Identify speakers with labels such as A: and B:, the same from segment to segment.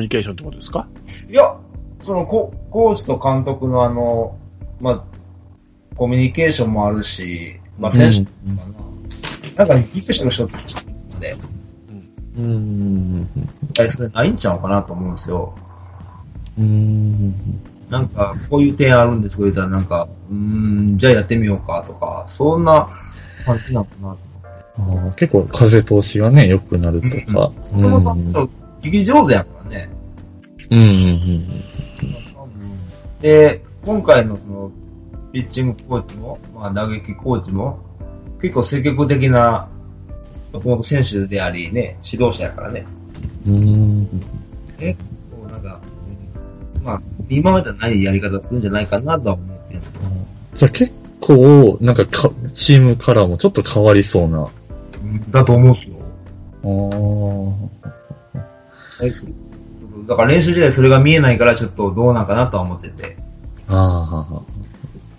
A: ニケーションってことですか
B: いや、そのコ、コーチと監督のあの、まあ、コミュニケーションもあるし、まあ、選手とかな、なんか、ギクシの人って、ね、
C: うーん。
B: やっぱりそれないんちゃうかなと思うんですよ。
C: うーん。
B: なんか、こういう提案あるんですけど、言ったらなんか、うーん、じゃあやってみようかとか、そんな感じなのかな
C: あー結構風通しがね、良くなるとか。
B: と。
C: う
B: も
C: ん。
B: と
C: うん
B: もと、聞き上手やからね。
C: うんうん。
B: で、今回のその、ピッチングコーチも、まあ、打撃コーチも、結構積極的な、もともと選手でありね、指導者やからね。
C: うん。
B: えこうなんか、うんまあ、今までないやり方するんじゃないかなとは思ってるんですけど。
C: じゃあ結構、なんかか、チームカラーもちょっと変わりそうな。あ
B: だと思うんですよ。
C: あ。
B: だから練習時代それが見えないからちょっとどうなんかなとは思ってて、
C: あ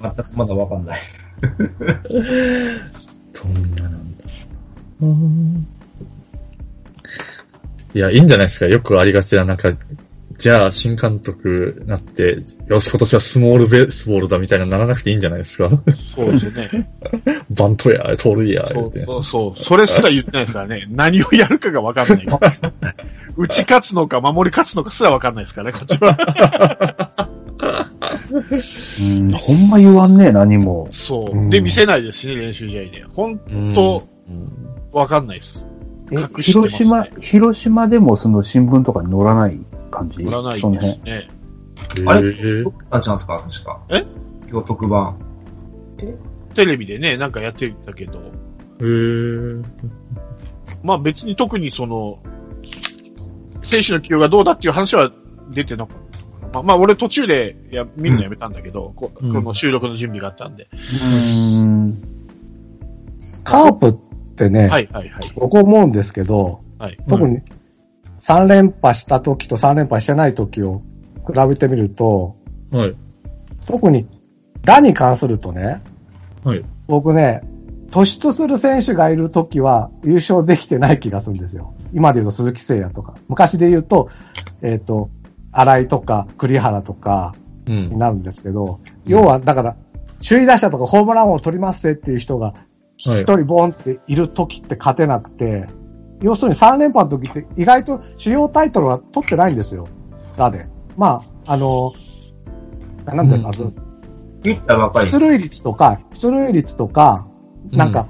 C: あ。
B: 全くまだわかんない。
C: どんななんだろうなうんいや、いいんじゃないですか。よくありがちな、なんか、じゃあ、新監督なって、よし、今年はスモールベースボールだみたいなのならなくていいんじゃないですか。
A: そうです ね。
C: バントや、盗塁や、
A: そ
C: 言う
A: う
C: て。
A: そうそう。それすら言ってないですから ね。何をやるかがわかんない。 打ち勝つのか守り勝つのかすらわかんないですからね、こっちは。
D: うん、ほんま言わんねえ、何も。
A: そう。で、見せないですしね、練習試合で。本
C: うん
A: 当、
C: うん
A: わかんないです。
D: え
A: 隠、してま
D: 広
A: すね
D: 島、広島でもその新聞とかに載らない感じ
A: 乗らない
D: その
A: で
D: 辺
A: す。ね。
B: あ
C: へ
B: れ
C: え
B: どっかのチャンスか、確か。
A: え
B: 今日特番。
A: テレビでね、なんかやってたけど、
C: へえ
A: まあ別に特にその、選手の起用がどうだっていう話は出てなかった。まあ、まあ俺途中でいや見るのやめたんだけど、ここ
C: うん
A: の収録の準備があったんで。
D: うん。カープってね、
A: はいはいはい。
E: 僕思うんですけど、
A: はい。
E: 特に3連覇した時と3連覇してない時を比べてみると、
C: はい。
E: 特に打に関するとね、
C: はい。
E: 僕ね、突出する選手がいる時は優勝できてない気がするんですよ。今で言うと鈴木誠也とか、昔で言うと、えっ、と、新井とか栗原とか
C: うん
E: に。なるんですけど、要はだから、首位打者とかホームランを取りますぜっていう人
C: は
E: が一人ボンっている時って勝てなくて、要するに3連覇の時って意外と主要タイトルは取ってないんですよ。だで。まあ、あの、なんていうのかな、
B: 言ったばかり。
E: 出塁率とか、出塁率とか、なんか、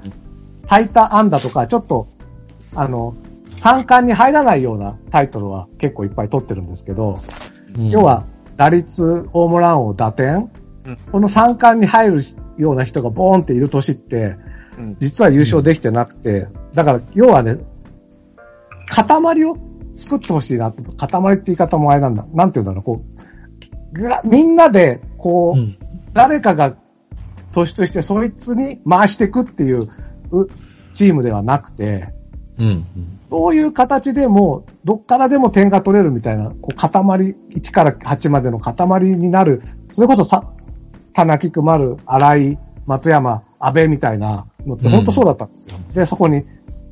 E: 最多安打とか、ちょっと、あの、三冠に入らないようなタイトルは結構いっぱい取ってるんですけど、
C: うん
E: 要、は、打率、ホームラン王、打点
A: うん、
E: この三冠に入るような人がボーンっている年って、
A: うん
E: 実は優勝できてなくて、だから、要はね、塊を作ってほしいなって、塊って言い方もあれなんだ、なんて言うんだろう、こう、ぐらみんなで、こ
C: う
E: う、
C: ん。
E: 誰かが突出して、そいつに回していくっていううチームではなくて、
C: うん。
E: どういう形でも、どっからでも点が取れるみたいな、こう、塊、1から8までの塊になる、それこそさ、田中くまる、荒井、松山、安倍みたいなのって、
C: うん
E: 本当そうだったんですよ。で、そこに、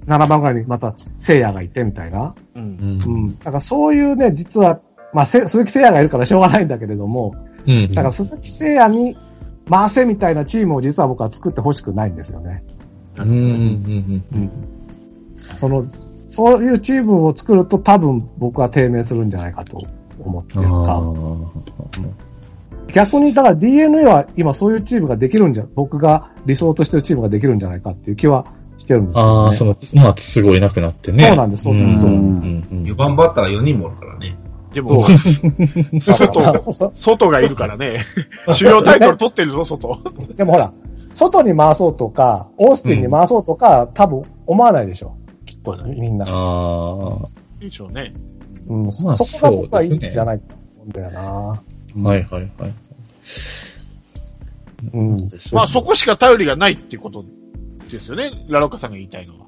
E: 7番ぐらいにまた、聖夜がいてみたいな。
A: う。
C: うんん。
E: うん。だからそういうね、実は、まあ、せ鈴木聖夜がいるからしょうがないんだけれども、
C: うん。
E: だから鈴木誠也に回せみたいなチームを実は僕は作ってほしくないんですよね。
C: うん。うん。
E: その、そういうチームを作ると多分僕は低迷するんじゃないかと思って
C: う
E: る
C: ん。
E: か。
C: あー
E: 逆に、だから DNA は今そういうチームができるんじゃ、僕が理想としてるチームができるんじゃないかっていう気はしてるんですよ、ね。
C: ああ、その、まあ、すごいなくなってね。
E: そうなんですそうなんです
D: そうなんです
C: んうん
B: 4番バッターが4人もおるからね。
A: で も、外、外がいるからね。主要タイトル取ってるぞ、外。
E: でもほら、外に回そうとか、オースティンに回そうとか、多分思わないでしょ。きっと、みんな。
C: あ
A: いいでしょうね。
E: うんそ
C: まあ
E: そこが僕はいい
C: そうんですね
E: じゃないと思うんだよな。
C: あ、はいはいはい。
E: うん。
A: まあそこしか頼りがないっていうことですよね。ラロッカさんが言いたいのは。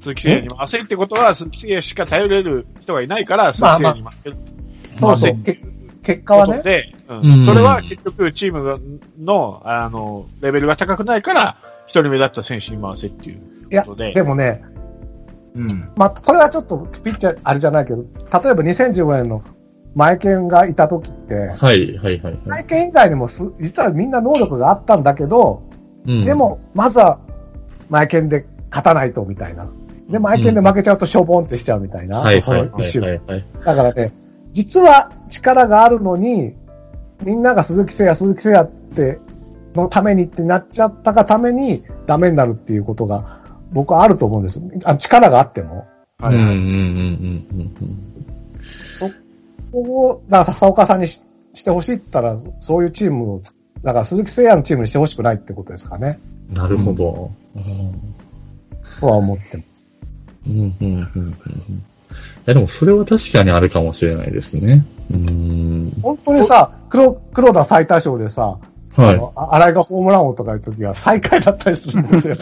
A: 鈴木誠也にも焦るってことは、鈴木誠也しか頼れる人がいないから、鈴木誠也に負ける
E: そうそう。け結果は
A: こと
E: ね。
A: で、
C: う
A: うんん、それは結局チームの、あの、レベルが高くないから、一人目だった選手に回せっていう
E: いや
A: こと、で
E: でもね、
B: うん。
E: まあ、これはちょっとピッチャーあれじゃないけど、例えば2015年の前剣がいた時って、
C: はい、はい、はい。は
E: 前
C: い
E: 剣以外にもす、実はみんな能力があったんだけど、
C: うん
E: で、も、まずは前剣で勝たないとみたいな。で、前剣で負けちゃうとしょぼんってしちゃうみたいな。
C: はい、
E: そ
C: はい、
E: の
C: は
E: 一
C: い、
E: 種
C: はいはい。
E: だからね、実は力があるのに、みんなが鈴木誠也、鈴木誠也って、のためにってなっちゃったがために、ダメになるっていうことが、僕はあると思うんです。あ力があっても。
C: うん、
A: は
C: うん、うん、
A: い。
C: うんうん。
E: そこを、だから笹岡さんにししてほしいって言ったら、そういうチームを、だから鈴木誠也のチームにしてほしくないってことですかね。
C: なるほど。
E: とは思ってます。
C: うん、うん、うん、うん。いや、でもそれは確かにあるかもしれないですね。うん。
E: 本当にさ、黒、黒田最多勝でさ、あ
C: はい。
E: のあ荒井がホームラン王とかいう時は最下位だったりするん ですよ。い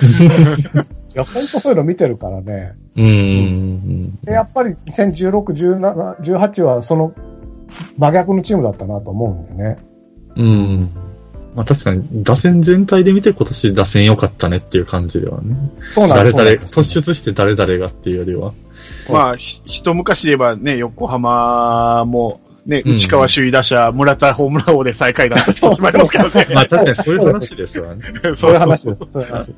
E: や、本当そういうの見てるからね。
C: うんうん
E: で、やっぱり2016、17、18はその真逆のチームだったなと思うんだよね。
C: うん、うん。まあ確かに、打線全体で見て今年打線良かったねっていう感じではね。
E: そうなんで
C: 誰
E: す
C: 々、
E: そう
C: 突出して誰々がっていうよりは。
A: まあ、ひ一昔で言えばね、横浜も、ね、
C: うん
A: 内川首位打者、村田ホームラン王で最下位だった人もいますからね。
C: まあ確かにそういう話ですわね。
E: そういう話です。そういう話。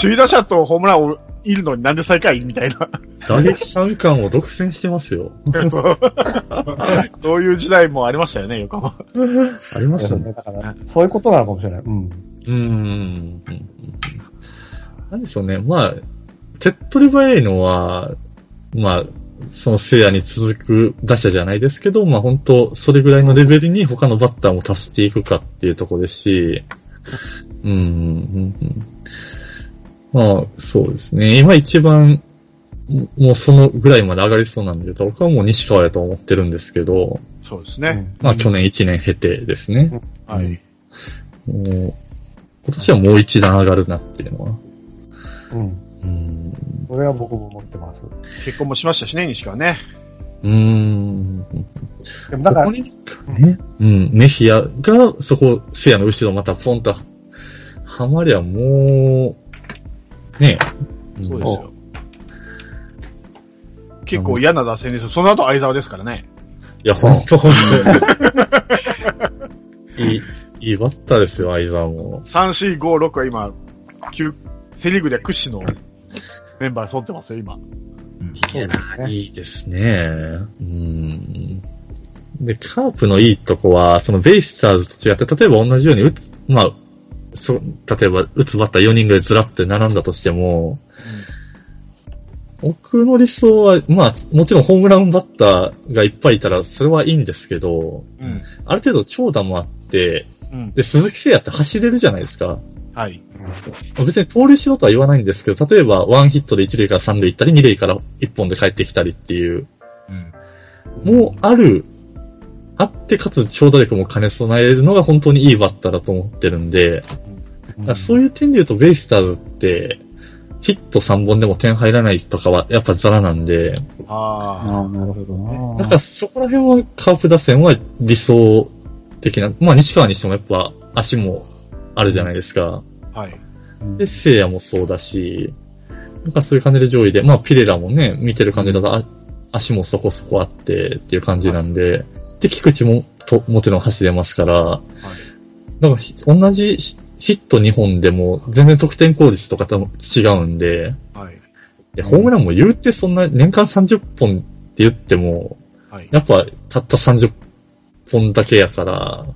A: 首位打者とホームラン王いるのになんで最下位みたいな。
C: 打撃三冠を独占してますよ。
A: そうそういう時代もありましたよね、横浜。
C: ありま
E: そ
C: す
E: う
C: ね。
E: ねだから、そういうことなのかもしれない。うん。
C: うーん。なんでしょうね。まあ、手っ取り早いのは、まあ、その聖夜に続く打者じゃないですけど、まあ本当、それぐらいのレベルに他のバッターも足していくかっていうところですし、うん、うん、うん。まあ、そうですね。今一番、ももうそのぐらいまで上がりそうなんで言うと、僕はもう西川やと思ってるんですけど、
A: そうですね。
C: まあ去年1年経てですね。
A: は
C: うん
A: い。
C: もう、今年はもう一段上がるなっていうのは。
E: うん。
C: うん。
E: それは僕も思ってます。
A: 結婚もしましたしね、西川ね。
C: うん。
E: でもだから、
C: ここにね、うん、メヒアが、そこ、セアの後ろまたポンと、はまりゃもう、ねえ。
A: そうです
C: ん
A: よ。結構嫌な打線ですよ。その後相沢ですからね。
C: いや、ほんと ほんといい、いいバッターですよ、相沢も。
A: 3、4、5、6は今、旧セリーグで屈指のメンバー揃ってますよ、今。
C: いやいいですね。うん。で、カープのいいとこは、そのベイスターズと違って、例えば同じように打つ、まあ、そう、例えば打つバッター4人ぐらいずらって並んだとしても、僕の理想は、まあ、もちろんホームランバッターがいっぱいいたら、それはいいんですけど、
A: うん。
C: ある程度長打もあって、
A: うん。
C: で、鈴木誠也って走れるじゃないですか。
A: はい。
C: 別に盗塁しろとは言わないんですけど、例えばワンヒットで1塁から3塁行ったり、2塁から1本で帰ってきたりっていう、
B: うん。
C: もうある、あってかつ長打力も兼ね備えるのが本当にいいバッターだと思ってるんで、だからそういう点で言うとベイスターズって、ヒット3本でも点入らないとかはやっぱザラなんで、
A: ああ。
D: ああ、なるほどな
C: だからそこら辺はカープ打線は理想的な、まあ西川にしてもやっぱ足もあるじゃないですか。
A: はい。
C: で、聖夜もそうだし、なんかそういう感じで上位で、まあピレラもね、見てる感じだと、あ足もそこそこあってっていう感じなんで、で、菊池もともちろん走れますから、だからひ同じヒヒット2本でも全然得点効率とか多分違うんで、
A: はい。
C: で、ホームランも言うてそんな年間30本って言っても、
A: はい。
C: やっぱたった30本だけやから、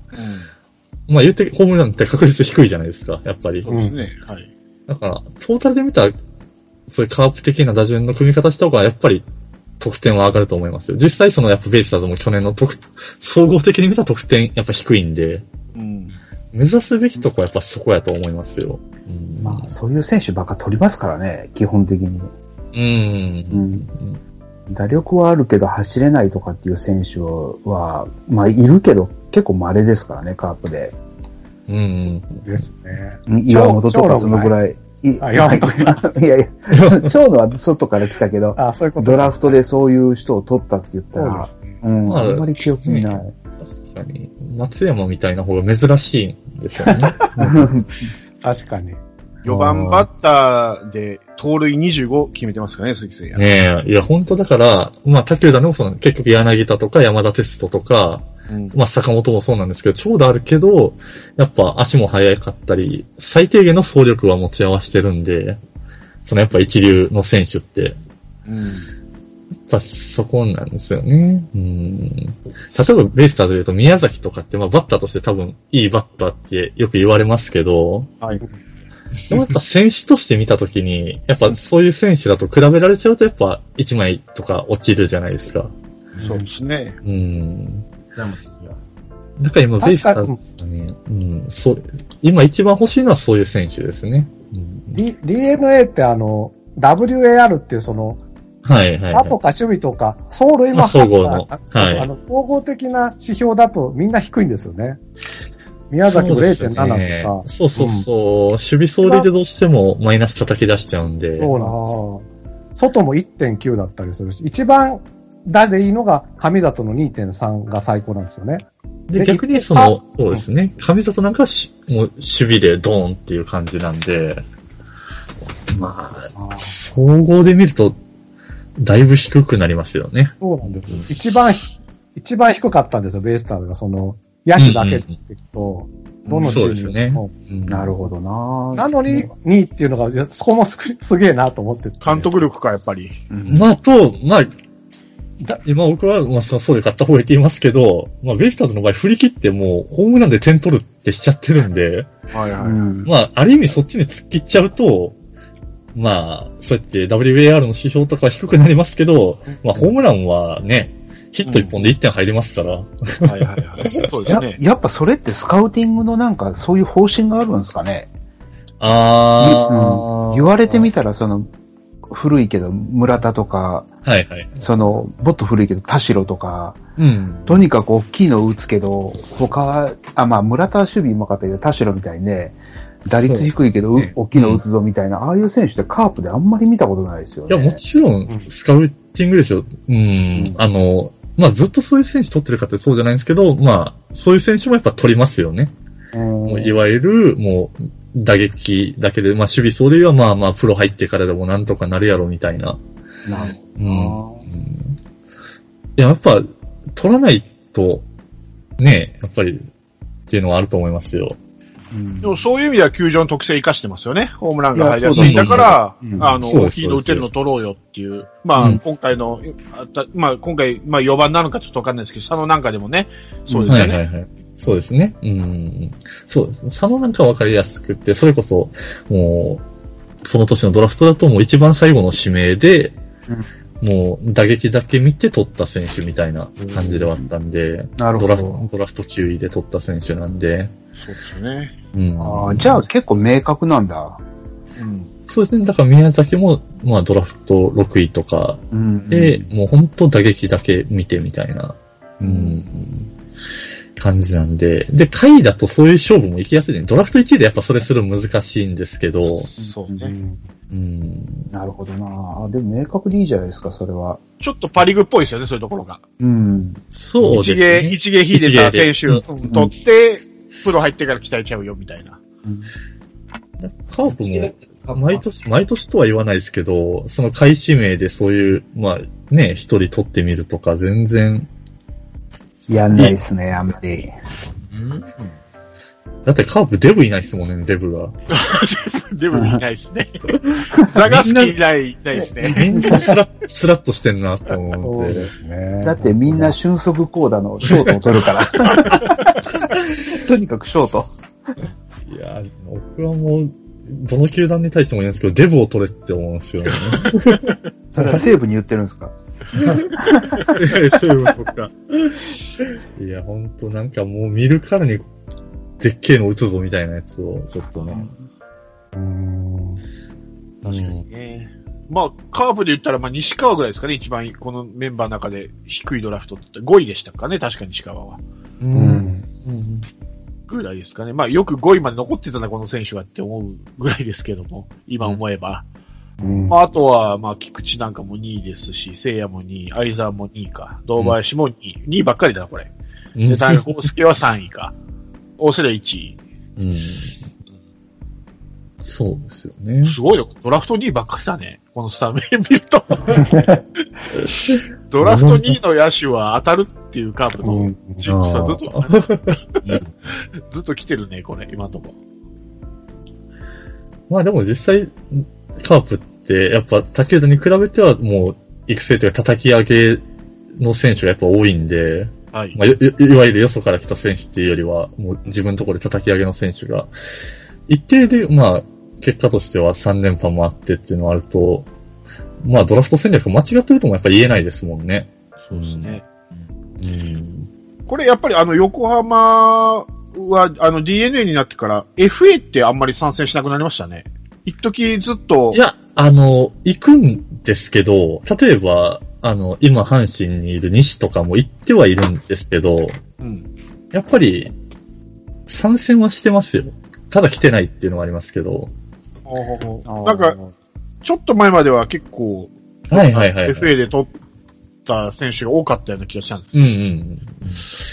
A: うん。
C: まあ言うてホームランって確率低いじゃないですか、やっぱり。
A: そうですね。はい。
C: だから、トータルで見たら、そういうカープ的な打順の組み方した方が、やっぱり、得点は上がると思いますよ。実際その、やっぱベイスターズも去年の得、総合的に見た得点、やっぱ低いんで、
A: うん。
C: 目指すべきとこはやっぱそこやと思いますよ。うん。
D: まあ、そういう選手ばっか取りますからね、基本的に。
C: うん。
D: うん。打力はあるけど走れないとかっていう選手は、まあ、いるけど、結構稀ですからね、カープで。
C: うん。
E: ですね。
D: うん岩本とかそのぐらい。い
E: あ岩本
D: いやいや、長野は外から来たけど、
E: あそういうこと。
D: ドラフトでそういう人を取ったって言ったら
E: そ、
D: うん、
C: まあ
D: あんまり記憶に ない。
C: 確かに、松山みたいな方が珍しいんですよね。
E: 確かに。
A: 4番バッターで盗塁25決めてますからね、鈴木誠也。
C: ねえ、いや、本当だから、まあ、他球団でもその、結局柳田とか山田哲人とか、
A: うん
C: まあ、坂本もそうなんですけど、長打あるけど、やっぱ足も速かったり、最低限の走力は持ち合わせてるんで、そのやっぱ一流の選手って、やっ
A: うん
C: ぱそこなんですよね。うん。例えばベイスターズで言うと宮崎とかって、まあ、バッターとして多分いいバッターってよく言われますけど、
A: はい。
C: でもやっぱ選手として見たときに、やっぱそういう選手だと比べられちゃうとやっぱ1枚とか落ちるじゃないですか。
A: そうですね。
C: うん。
B: でもいいよ
C: だから今ベイスターズだね、うん、そう、今一番欲しいのはそういう選手ですね。うん、
E: D、DNA ってあの、WAR っていうその、
C: はいはい、
E: あと
C: は
E: か守備とか、走塁
C: ま
E: も
C: あ総合の
E: あ
C: はい
E: あの、総合的な指標だとみんな低いんですよね。宮崎も
C: そうですね
E: 0.7とか。
C: そうそうそう、守備走塁でどうしてもマイナス叩き出しちゃうんで。
E: そうなんですよ。外も1.9だったりするし、一番だでいいのが上里の2.3が最高なんですよね。
C: で、
E: で
C: 逆にその、そうですね。神里なんかはし、もう守備でドーンっていう感じなんで、まあ、総合で見ると、だいぶ低くなりますよね。
E: そうなんですよ。一番ひ、一番低かったんですよ、ベイスターズが。その、野手だけって言うと、どのチ
C: そうで
E: ー
C: すよ
E: ム
C: ね
E: でも。
D: なる
C: ほ
D: ほどな
E: なのに、2位っていうのが、いやそこもすくすげえなと思ってて。
A: 監督力か、やっぱり。
D: うん
C: まあ、と、まあ、今僕は、まあ、そそうで買った方がいいって言いますけど、まあ、ベイスターズの場合振り切ってもう、ホームランで点取るってしちゃってるんで、
A: はいうはい。
D: ん
C: まあ、ある意味そっちに突っ切っちゃうと、まあ、そうやって WAR の指標とかは低くなりますけど、まあ、ホームランはね、ヒット1本で1点入りますから、
A: はいはいはい。そうです
D: や
A: ね。
D: やっぱそれってスカウティングのなんかそういう方針があるんですかね
C: あー、
D: 言われてみたらその古いけど村田とか、
C: はいはい。
D: そのもっと古いけど田代とか、
C: うん。
D: とにかく大きいのを打つけど、他は、あ、まあ村田は守備うまかったけど田代みたいにね、打率低いけど、
C: そうね
D: う大きいのを打つぞみたいな、ああいう選手ってカープであんまり見たことないですよ
C: いや、
D: ね。
C: もちろん、スカウティングでしょ。うん。
D: うん
C: あの、まあ、ずっとそういう選手取ってるかってそうじゃないんですけど、まあ、そういう選手もやっぱ取りますよね。
D: うん
C: もういわゆる、もう、打撃だけで、まあ、守備走塁はまあまあ、プロ入ってからでもなんとかなるやろみたいな。
D: なる
C: うん。
D: ほ
C: うんいや、やっぱ、取らないと、ね、やっぱり、っていうのはあると思いますよ。
A: でもそういう意味では球場の特性生かしてますよね。ホームランが入りやす
C: い
A: い。
C: やそうだ
A: だから、
D: うん
A: あの、
C: そう
A: 大
C: です
A: きいの打てるの取ろうよっていう。ま
C: う
A: あ、
C: ん
A: 今回の、あったまあ、今回、まあ4番なのかちょっとわかんないですけど、下のなんかでもね、そうですよね。
C: はいはいはい。そうですね。うん。そうですね。佐野なんかわかりやすくって、それこそ、もう、その年のドラフトだともう一番最後の指名で、もう打撃だけ見て取った選手みたいな感じではあったんで、
D: ど。なる
C: ド
D: ほ
C: ラ
D: ど
C: フ。ドラフト9位で取った選手なんで、
A: そうですよね。
C: うん。
D: ああ、じゃあ結構明確なんだ。
A: うん。
C: そうですね。だから宮崎も、まあドラフト6位とか
D: うん
C: で、もう本当打撃だけ見てみたいな、うん、感じなんで。で、下位だとそういう勝負も行きやすいね。ドラフト1位でやっぱそれするの難しいんですけど、
A: そう
D: う
A: ね。
D: ん
C: うん。
D: なるほどなあ、でも明確でいいじゃないですか、それは。
A: ちょっとパリグっぽいですよね、そういうところが。
D: うん。
C: そう
A: 一
C: です
A: 芸、
C: ね。
A: 一芸秀でた選手
C: 一
D: 芸で
A: 取って、プロ入ってから鍛えちゃうよ、みたいな。
C: カープも、毎年、毎年とは言わないですけど、その開指名でそういう、まあね、一人取ってみるとか、全然、
D: やんないですね、あんまり。
C: だってカープデブいないですもんね、デブが。
A: でもいないで すね。ザガスキーいない、いないですね。
C: みんなスラッ、スラッとしてんなと思
E: そう
C: っ
E: で
C: て。
E: すね。
D: だってみんな俊足コーダのショートを取るから。 とにかくショート。
C: いやー、僕はもう、どの球団に対しても言うんですけど、デブを取れって思うんですよね。
D: それは西武に言ってるんですか
C: そういうことか。いや、ほんとなんかもう見るからに、でっけえの打つぞみたいなやつを、ちょっとね。
E: うん。
C: 確かに。
A: ねまあ、カープで言ったら、まあ、西川ぐらいですかね、一番このメンバーの中で低いドラフトって5位でしたかね、確かに西川は。
C: う。
D: うんん。
A: ぐらいですかね。まあ、よく5位まで残ってたな、この選手はって思うぐらいですけども、今思えば。まあ、あとは、まあ、菊池なんかも2位ですし、聖夜も2位、相沢も2位か、堂林も2位、2位ばっかりだな、これ。
C: うん
A: で、大輔は3位か。大瀬良1位。
C: うん。そうですよね。
A: すごいよ。ドラフト2位ばっかりだね。このスタメン見ると。ドラフト2位の野手は当たるっていうカープのジンクスはずっと、 ずっと来てるね、これ、今のとこ。
C: まあでも実際、カープって、やっぱ、竹田に比べてはもう、育成というか叩き上げの選手がやっぱ多いんで、
A: はい。
C: まあ、よよいわゆるよそから来た選手っていうよりは、もう自分のところで叩き上げの選手が、一定で、まあ、結果としては3連覇もあってっていうのがあると、まあ、ドラフト戦略間違ってるともやっぱ言えないですもんね。
A: そうですね。
C: うん。
A: これやっぱりあの、横浜は、あの、DNA になってから FA ってあんまり参戦しなくなりましたね。一時ずっと
C: い、や、あの、行くんですけど、例えば、あの、今阪神にいる西とかも行ってはいるんですけど、
A: うん。
C: やっぱり、参戦はしてますよ。ただ来てないっていうのはありますけど。
A: なんか、ちょっと前までは結構、
C: はいはいはい、はい。
A: FA で取った選手が多かったような気がしたんです。
C: うんうん。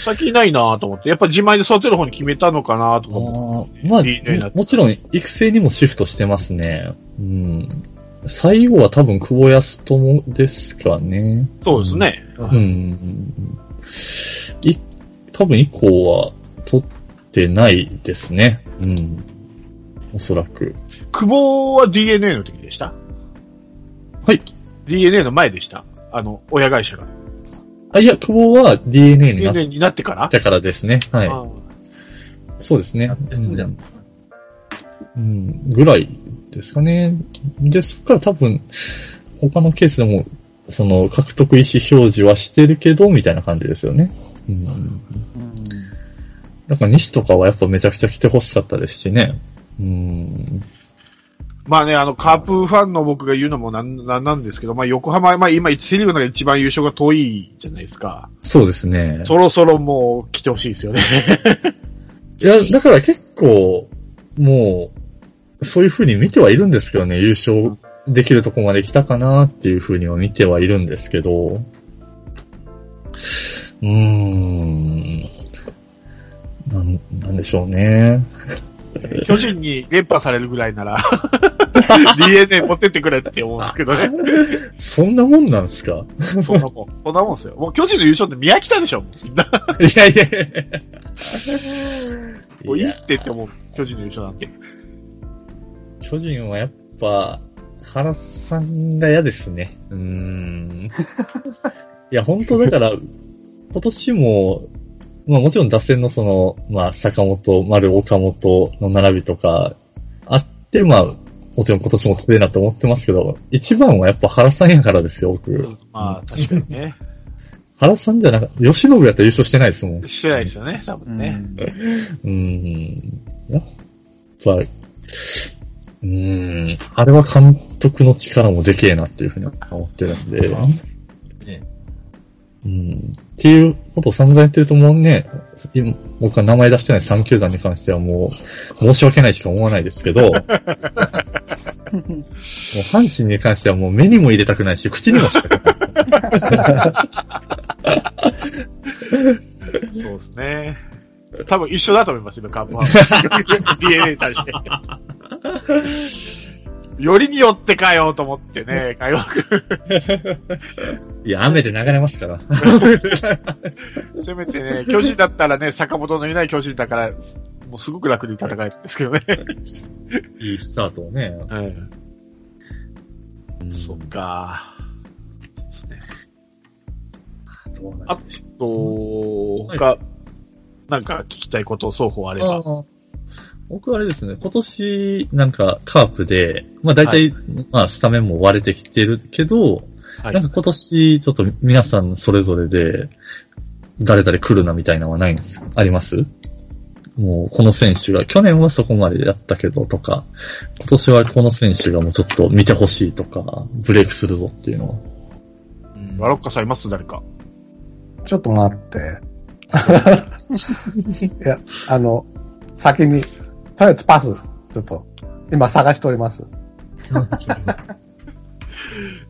A: 最近いないなと思って、やっぱ自前で育てる方に決めたのかなとか思って
C: あーまあ、
A: いいね
C: ももちろん育成にもシフトしてますね。うん。最後は多分久保康友ですかね。
A: そうですね。
C: うんうんうん。い、多分以降は取ってないですね。うん。おそらく。
A: 久保は DNA の時でした。
C: はい。
A: DNA の前でした。あの、親会社が。
C: あ、いや、久保は DNA になっ
A: DNA になってから
C: たからですね。はい。
A: あー
C: そうですね。
B: そうじゃ
C: うん
B: ん。
C: うん、ぐらいですかね。で、そっから多分、他のケースでも、その、獲得意思表示はしてるけど、みたいな感じですよね。うん。だから西とかはやっぱめちゃくちゃ来てほしかったですしね。うん。
A: まあね、あの、カープファンの僕が言うのもなんなんなんですけど、まあ横浜、まあ今、セリーグの中で一番優勝が遠いじゃないですか。
C: そうですね。
A: そろそろもう来てほしいですよね。
C: いや、だから結構、もう、そういう風に見てはいるんですけどね、優勝できるとこまで来たかなっていう風には見てはいるんですけど、うーん、なん、なんでしょうね。
A: 巨人に連覇されるぐらい なら、DNA 持ってってくれって思うんですけどね。
C: そんなもんなんすか
A: そんなもん。そんなもんですよ。もう巨人の優勝って宮北でしょ、もうみんな。
C: いやいやいや
A: もういいって言っても、巨人の優勝なんて。
C: 巨人はやっぱ、原さんが嫌ですね。うーん。いや、本当だから、今年も、まあもちろん打線のその、まあ坂本、丸、岡本の並びとか、あって、まあ、もちろん今年も強いなと思ってますけど、一番はやっぱ原さんやからですよ、僕。
A: まあ、確かにね。
C: 原さんじゃなく、吉信やったら優勝してないですもん。う
A: してないですよね、多分ね。
C: ーん。やっぱ、うーん。あれは監督の力もでけえなっていうふうに思ってるんで。
B: ね
C: うんっていうことを散々言ってるともうね、今僕は名前出してない3球団に関してはもう、申し訳ないしか思わないですけど、もう阪神に関してはもう目にも入れたくないし、口にもしたくない。
A: そうですね。多分一緒だと思います、今、カープ は。DNA に対して。よりによってかよと思ってね、開幕。
C: いや、雨で流れますから。
A: せめてね、巨人だったらね、坂本のいない巨人だから、もうすごく楽に戦えるんですけどね。
C: いいスタートをね。
A: そっか。
C: どうなる
A: あと、他、なんか聞きたいこと双方あれば。
C: ああ僕はあれですね、今年、なんか、カープで、まあ大体、まあスタメンも割れてきてるけど、
A: は
C: なんか
A: い。
C: 今年、ちょっと皆さんそれぞれで、誰々来るなみたいなのはないんですありますもう、この選手が、去年はそこまでやったけどとか、今年はこの選手がもうちょっと見てほしいとか、ブレイクするぞっていうのは。
A: バロッカさんいます誰か。
E: ちょっと 待って。いや、あの、先に、とりあえずパス、ちょっと、今探しております。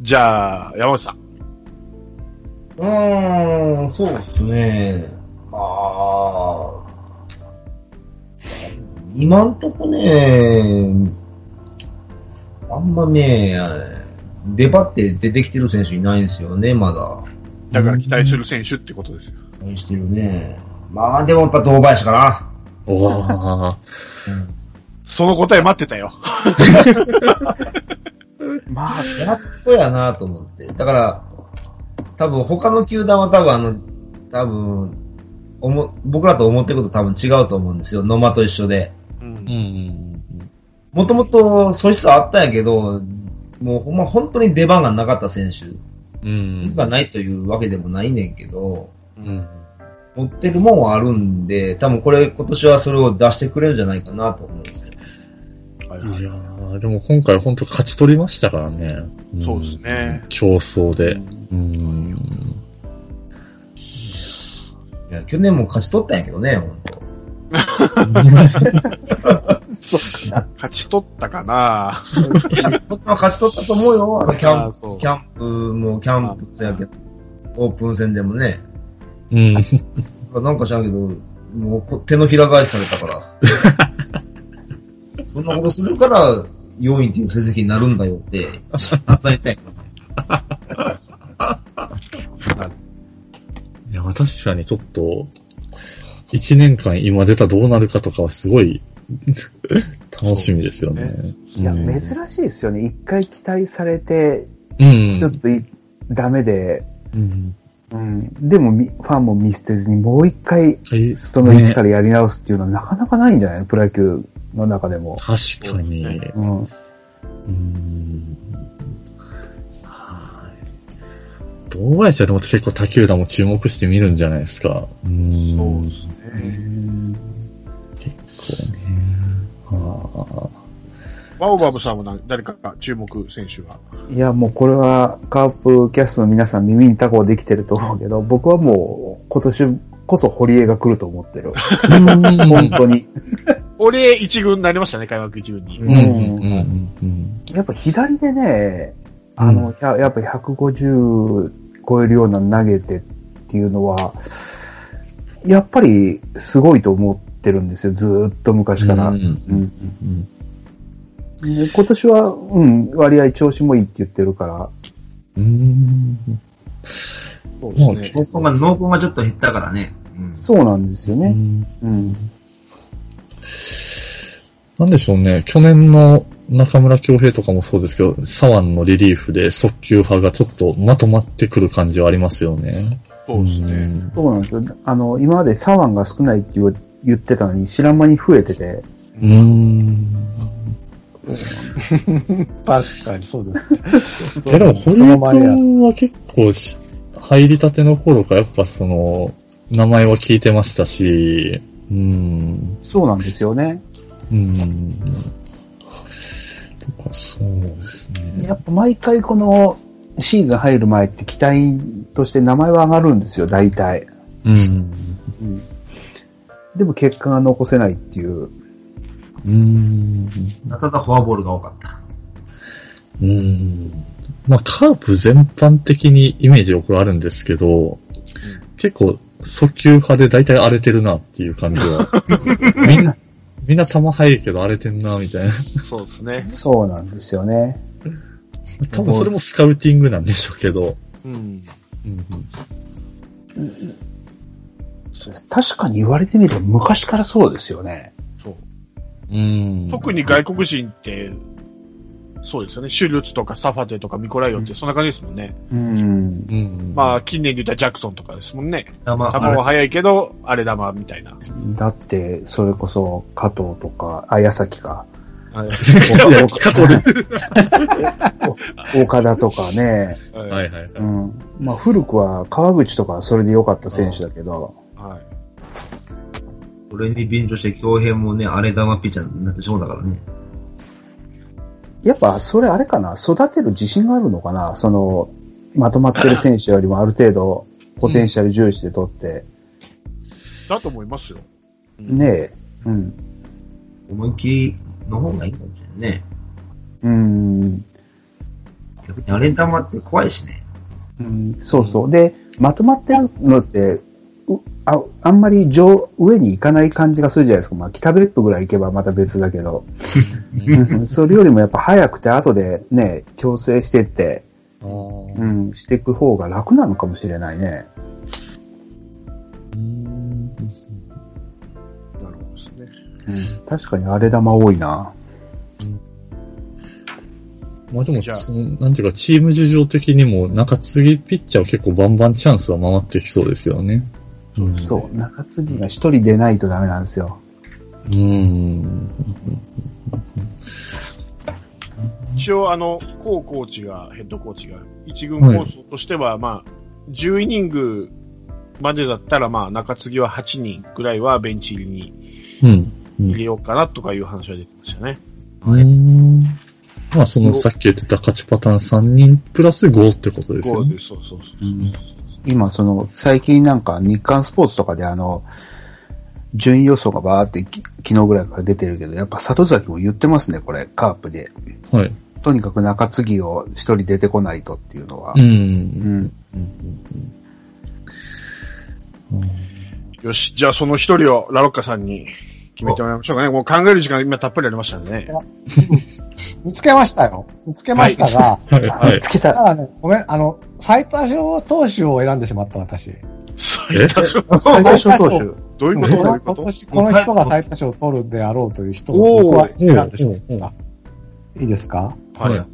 A: じゃあ、山内さん。
B: うーん、そうですね。まあ、今んとこね、あんまね、出張って出てきてる選手いないんですよね、まだ。
A: だから期待する選手ってことですよ。
B: 期待してるね。まあでもやっぱ堂林かな。
C: おわ
A: その答え待ってたよ。
B: まあ、やっとやなと思って。だから、多分他の球団は多分あの、多分、おも僕らと思ってること多分違うと思うんですよ。野間と一緒で。
A: うん
C: ー。うん。
B: もともと素質はあったんやけど、もうほんま本当に出番がなかった選手
C: うん。
B: がないというわけでもないねんけど、
C: うん。
B: 持ってるもんはあるんで、多分これ今年はそれを出してくれるんじゃないかなと思うんですよ。
A: はいはい
C: いやーでも今回本当勝ち取りましたからね。ん
A: そうですね。
C: 競争で。うん。
B: いや、去年も勝ち取ったんやけどね、本当。
A: 勝ち取ったかな
B: 僕は勝ち取ったと思うよ。あのキャン
A: あーそう
B: プ、キャンプもキャンプやけど、オープン戦でもね。
C: うん。
B: なんか知らんけど、もうこ手のひら返しされたから。 そんなことするから、4位っていう成績になるんだよって、伝えたいか
C: いや、確かにちょっと、一年間今出たどうなるかとかはすごい 楽しみですよね。
D: いや、
C: うん
D: 珍しいですよね。一回期待されて、
C: うん
D: ちょっといダメで、
C: うん。
D: うん、でもみファンも見捨てずにもう一回
C: はい
D: その位置か
C: ね
D: らやり直すっていうのはなかなかないんじゃないプロ野球の中でも。
C: 確かに。
A: そうです
D: うん。
C: うん。はい。どうやってでも結構他球団も注目して見るんじゃないですか。うん。
A: そうですね。
C: 結構ね。は
A: バオバブさんも何誰かが注目選手は。
D: いや、もうこれはカープキャストの皆さん耳にタコできてると思うけど、僕はもう今年こそ堀江が来ると思 ってる。
C: あ。
D: 本当に。
A: 俺、一軍になりましたね、開幕一軍に。
C: うん。うん。うん。うん。
D: やっぱ左でね、あの、ややっぱ150超えるような投げてっていうのは、やっぱりすごいと思ってるんですよ、ずーっと昔から。
C: うん
D: うん
C: うん。
D: で今年は、うん、割合調子もいいって言ってるから、
C: うん。
A: そうですね。
B: ら。濃厚が、濃厚がちょっと減ったからね。うん
D: そうなんですよ
C: う
D: ね。
C: ん
D: うん。
C: なんでしょうね、去年の中村京平とかもそうですけど、左腕のリリーフで速球派がちょっとまとまってくる感じはありますよね。
A: そうですね。
D: そうなんですよ。あの、今まで左腕が少ないって言う言ってたのに、知らん間に増えてて、
C: うーん。
E: 確かにそうです。
C: いやでも、
E: そ
C: 堀
E: の
C: 江
E: 前や。
C: 君は結構し、入りたての頃からやっぱその、名前は聞いてましたし、うーん。
D: そうなんですよね。
C: うーん。とか、そうですね。
D: やっぱ毎回このシーズン入る前って期待として名前は上がるんですよ、大体。
C: うん。
D: うん。でも結果が残せないっていう。
C: うーん。
B: ただフォアボールが多かった。
C: うーんまあ、カープ全般的にイメージ僕はあるんですけど、結構、速球派で大体荒れてるなっていう感じ は。みんな、みんな球速いけど荒れてんな、みたいな。
A: そうですね。
D: そうなんですよね。
C: 多分それもスカウティングなんでしょうけど。
A: うん。
C: うん
D: 確かに言われてみると昔からそうですよね。
A: そう。
C: うん
A: 特に外国人って、そうですよね。シュルツとかサファテとかミコライオって、そんな感じですもんね。
D: うん。
C: うん。
A: まあ、近年で言ったらジャクソンとかですもんね。
B: 球
A: 球は速いけど、あれ玉みたいな。
D: だって、それこそ加藤とか、あ、矢崎か、
A: はい
C: いや加藤で
D: 岡田とかね。
C: は
A: はい。
C: いはいはい。
D: うん。まあ古くは川口とかはそれで良かった選手だけど。
A: はい
B: これに便乗して、京平もね、荒れ玉ピッチャーになってしまうだからね。
D: やっぱそれあれかな育てる自信があるのかなその、まとまってる選手よりもある程度、ポテンシャル重視で取って、
A: だと思いますよ。
D: ねえ、うん。
B: 思いっきりの方がいいかもしれないね。
D: うん、
B: 逆に荒れ玉って怖いしね。
D: うん、そうそう。で、まとまってるのって、うああ んまり上、上に行かない感じがするじゃないですか。まあ、北別府ぐらい行けばまた別だけど。
C: う
D: うんそれよりもやっぱ早くて後でね、調整してって、
C: あー
D: うん、していく方が楽なのかもしれないね。
C: うん
A: なるほどですね。
D: うん、確かに荒れ玉多いな。
C: まあでも、
A: じゃあ
C: そのなんていうか、チーム事情的にも、中継ぎピッチャーは結構バンバンチャンスは回ってきそうですよね。
A: うん
D: そう、中継ぎが一人出ないとダメなんですよ。
C: うん。
A: 一応、あの、コーコーチが、ヘッドコーチが、一軍コースとしては、まあ、10イニングまでだったら、まあ、中継ぎは8人ぐらいはベンチ入りに
C: うん。
A: 入れようかなとかいう話は出てましたね。
C: うん。まあ、そのさっき言ってた勝ちパターン3人プラス5ってことです
A: こ
C: よ
A: う
C: ね
A: で。そうそうそう。
D: 今その、最近なんか日刊スポーツとかであの、順位予想がバーってき昨日ぐらいから出てるけど、やっぱ里崎も言ってますね、これ、カープで。
C: はい。
D: とにかく中継ぎを一人出てこないとっていうのは。
C: う。
D: うんん。
A: よし、じゃあその一人をラロッカさんに決めてもらいましょうかね。もう考える時間今たっぷりありましたんでね。
E: 見つけましたよ。見つけましたが、
C: はい。はい
D: 見。つけ
E: た
D: た。
E: だね、ごめん、あの、最多勝投手を選んでしまった私。
A: 最 多勝
D: 最多勝投手。
A: どういう
E: こ
A: ことどういう
E: の
A: こ
E: 今
A: と
E: 年この人が最多勝を取るであろうという人を僕は選んでしま
C: おーおーお
E: った。いいですか
A: はい。
C: はい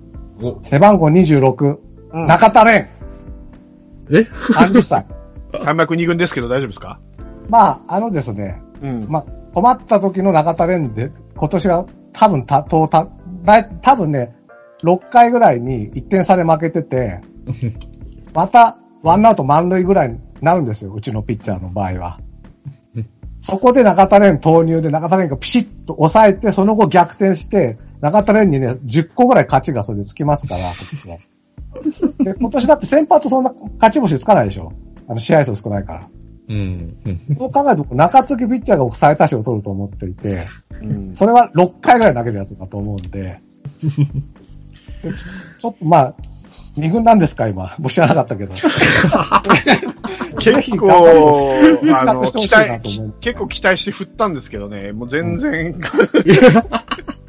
B: お、
E: 背番号26、
A: うん
E: 中田蓮、
C: え
E: 30歳。
A: 開幕二軍ですけど大丈夫ですか
E: まあ、あのですね、
A: うん。
E: まあ、困った時の中田蓮で、今年は多分た、トータだい多分ね、6回ぐらいに1点差で負けてて、また、ワンアウト満塁ぐらいになるんですよ、うちのピッチャーの場合は。そこで中田蓮投入で中田蓮がピシッと抑えて、その後逆転して、中田蓮にね、10個ぐらい勝ちがそれでつきますから、今年はで今年だって先発そんな勝ち星つかないでしょ。あの、試合数少ないから。
C: うん。うん
E: そう考えると、中継ぎピッチャーが僕最多勝を取ると思っていて、
A: うん
E: それは6回ぐらい投げるやつだと思うん で、でちょちょっとまあ、2軍なんですか今。もう知らなかったけど。ぜ
A: 結
E: ひ
A: 構
E: 頑張りま、
A: あの、
E: 復活してほし
A: 期
E: いなと思う
A: 待、結構期待して振ったんですけどね、もう全然、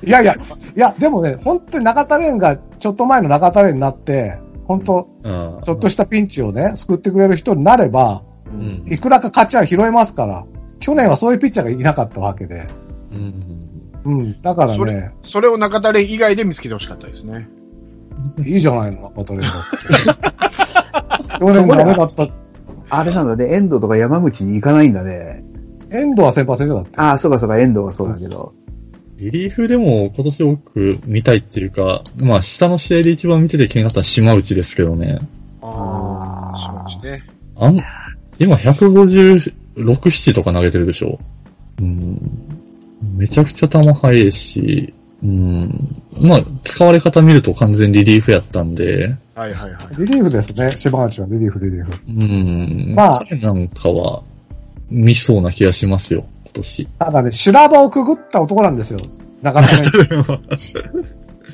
E: いやいや、いや、でもね、本当に中田蓮がちょっと前の中田蓮になって、本当、
C: ああ
E: ちょっとしたピンチをね、救ってくれる人になれば、
C: う
E: い
C: ん。
E: くらか勝ちは拾えますから、去年はそういうピッチャーがいなかったわけで。
C: うん。
E: うん、だから
A: そ
E: ね
A: れ、それを中田連以外で見つけてほしかったですね。
E: いいじゃないの、中田 蓮が。去年ダメだった。
D: あれなので、遠藤とか山口に行かないんだね。
E: 遠藤は先発でしょだって。
D: ああ、そうかそうか、遠藤はそうだけど。
C: リリーフでも今年多く見たいっていうか、まあ下の試合で一番見てて気になったのは島内ですけどね。
A: あ
D: あー
A: そうですね。
C: あん、今156、7とか投げてるでしょうん。めちゃくちゃ球速いし、うん。まあ、使われ方見ると完全リリーフやったんで、
A: はいはいはい。
E: リリーフですね。島内はリリーフ、リリーフ。
C: うん。
E: まあ
C: 彼なんかは、見そうな気がしますよ、今年。
E: ただね、修羅場をくぐった男なんですよ。なか なかね。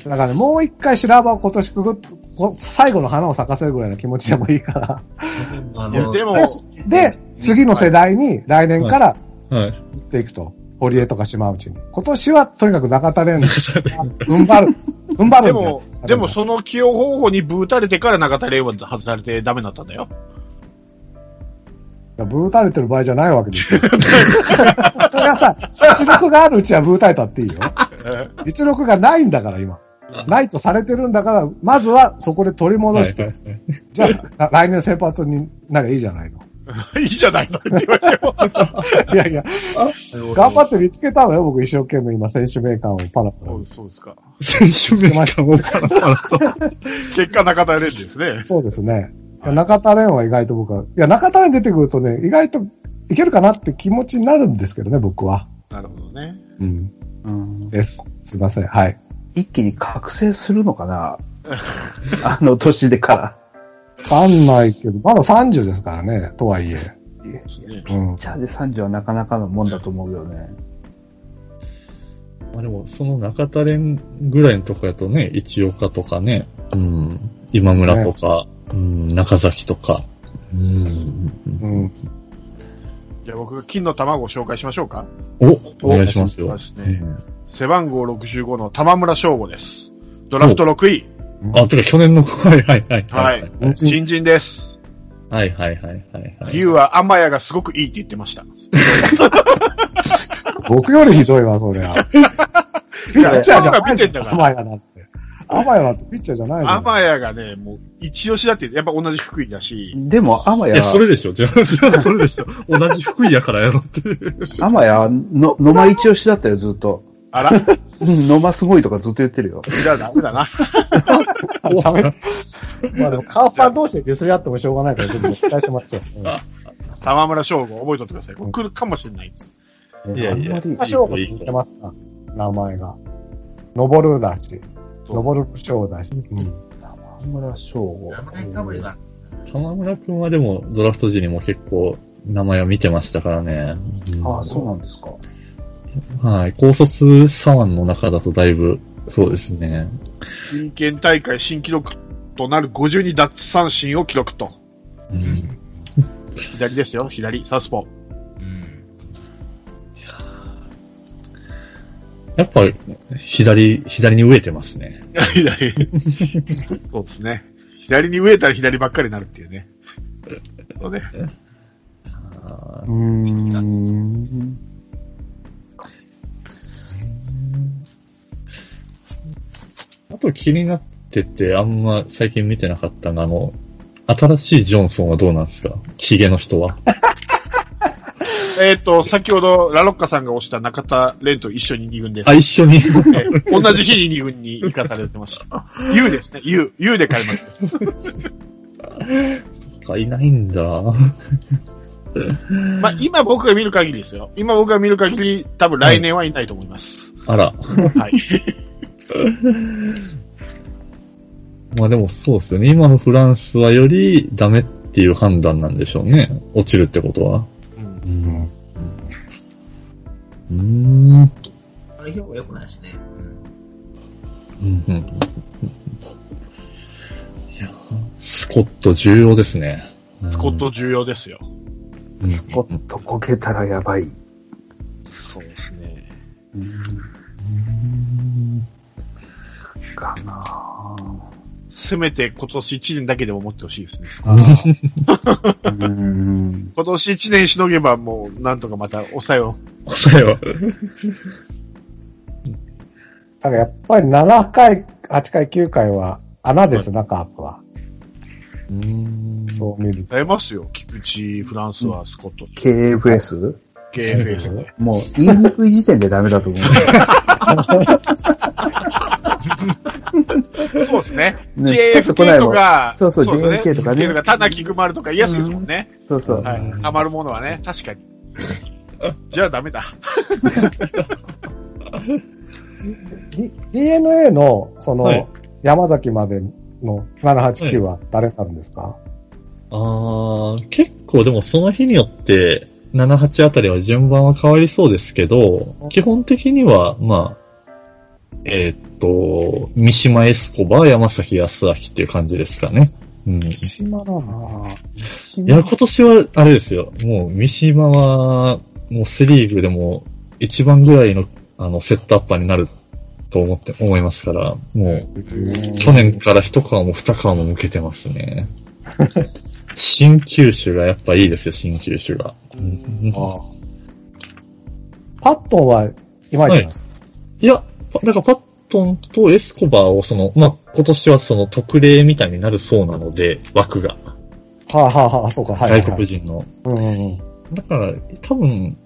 E: だからね、もう一回修羅場を今年くぐっ、こ最後の花を咲かせるぐらいの気持ちでもいいから。
B: あ
A: いや、
B: の、
A: でも、
E: で、次の世代に来年から
C: はい。
E: 移っていくと。堀江とか島内に。今年はとにかく中田蓮が踏ん張る。踏ん張る
A: で
E: んだ
A: も
E: よ、
A: でもその起用方法にぶーたれてから中田連は外されてダメだったんだよ。
E: いやぶーたれてる場合じゃないわ けですよ。それはさ、実力があるうちはぶーたれたっていいよ。実力がないんだから、今。ないとされてるんだから、まずはそこで取り戻
C: はい
E: して、
C: はいはい
E: じゃあ、 来年先発になりゃいいじゃ ないの。
A: いいじゃないのって言われても。
E: いやいや、頑張って見つけたのよ、僕一生懸命今、選手名鑑をパラパ
A: そ
E: ラ
A: う。そうですか。
C: 選手名鑑をパラパラと。
A: 結果中田連ですね。
E: そうですね。いや中田蓮は意外と僕は、いや、中田蓮出てくるとね、意外といけるかなって気持ちになるんですけどね、僕は。
A: なるほどね。
E: うん。
D: うん
E: です。すいません。はい。
D: 一気に覚醒するのかなあの年でから。
E: わかんないけど、まだ30ですからね、とはいえ。うん。
D: チャーで30はなかなかのもんだと思うよね。
C: まあでも、その中田連ぐらいのとこやとね、一岡とかね、うん、今村とか、うん、中崎とか、うん、
E: うん。
A: じゃあ僕が金の卵を紹介しましょうか。
C: お、お願いしますよ。
A: そうですね背番号65の玉村翔吾です。ドラフト6位。
C: あ、てか去年の、 はいはいはい。
A: はい。新人です。
C: はいはいはいはいはい。
A: 理由は天谷がすごくいいって言ってました。
E: 僕よりひどいわ、そりゃ。ピッチャーじゃない
A: 見てんだから
E: アマヤだって。アマヤだってピッチャーじゃないの
A: 天谷がね、もう、一押しだって、やっぱ同じ福井だ し、
D: でも、あま
C: い
D: や
C: や、、それでしょ。じゃあ、 じゃあそれでしょ。同じ福井やからやろっていう。
D: あまや、の、野間一押しだったよ、ずっと。
A: あら、じ
D: うん、野間すごいとかずっと言ってるよ。
A: ゃあダメだな。
E: ダメ。まあでも、カーファン同士でディスり合ってもしょうがないから、ちょっとお伝えしますよ。
A: 玉村翔吾、覚えとってください。これ来るかもしれないです。
C: いやいや
D: あんまり
E: うん。翔吾って言ってますか名前が。登るだし、
A: そう
E: 登る翔だし。うん。
D: 玉村翔吾。
B: 名前かぶりが。
C: 玉村くんはでも、ドラフト時にも結構、名前を見てましたからね。
D: ああ、そうなんですか。
C: はい。高卒左腕の中だとだいぶ、そうですね。
A: 人間大会新記録となる52奪三振を記録と。
C: うん。
A: 左ですよ、左、サウスポー。
B: うん。
C: やっぱ、左、左に飢えてますね。
A: 左。そうですね。左に植えたら左ばっかりになるっていうね。そうね。
C: あ
D: うーん。
C: あと気になってて、あんま最近見てなかったが、あの、新しいジョンソンはどうなんですかヒゲの人は。
A: えっ、と、先ほど、ラロッカさんが押した中田蓮と一緒に2軍です。
C: あ、一緒に。
A: え同じ日に2軍に行かされてました。U ですね、U。U で買いました。
C: あいないんだ。は
A: まあ、今僕が見る限りですよ。今僕が見る限り、多分来年はいないと思います。
C: あら。
A: はい。
C: まあでもそうですよね。今のフランスはよりダメっていう判断なんでしょうね。落ちるってことは。
A: うん
C: うん。うん。うん
B: 代表が良くないしね。うん。
C: うん。いやスコット重要ですね。
A: スコット重要ですよ。
C: うん。
D: おっとこけたらやばい。
A: そうですね。
D: かなぁ
A: せめて今年1年だけでも持ってほしいですね。
D: うーん。
A: 今年1年しのげばもう、なんとかまた抑えを。
C: 抑えは。
E: だからやっぱり7回、8回、9回は穴ですな、カープは。
C: うん。
E: そう見ると。
A: 耐えますよ。菊池、フランスは、スコッ ト、
D: KFS?
A: KFS ね。
D: もう、言いにくい時点でダメだと思 う。
A: そうですね。
D: ね
A: JFK とか、
D: そうそう
A: ですね
D: JFK とかね
A: JFK ただキグマルとか言いやすいですもんね。
D: そうそう。
A: はい。ハマるものはね、確かに。じゃあダメだ。
E: D- DNA の、その、
C: はい
E: 山崎までの789は誰になるんですか、
C: あー、結構でもその日によって、7、8あたりは順番は変わりそうですけど、基本的には、まあ、えーっと、三島エスコバー、山崎康明っていう感じですかね。うん。い
E: 島だなぁ。
C: や、今年は、あれですよ。もう、三島は、もうセリーグでも、一番ぐらいの、あの、セットアッパーになると思って、思いますから、もう、去年から一皮も二皮も向けてますね。新球種がやっぱいいですよ、新球種が。うん
E: ああパットンはいまいちなんです
C: いや、パだからパットンとエスコバーをその、まあ、今年はその特例みたいになるそうなので、枠が。
E: か。はあ、はあはあ、そうか、はい、はい。
C: 外国人の。
E: うんうんうん。
C: だから、多分、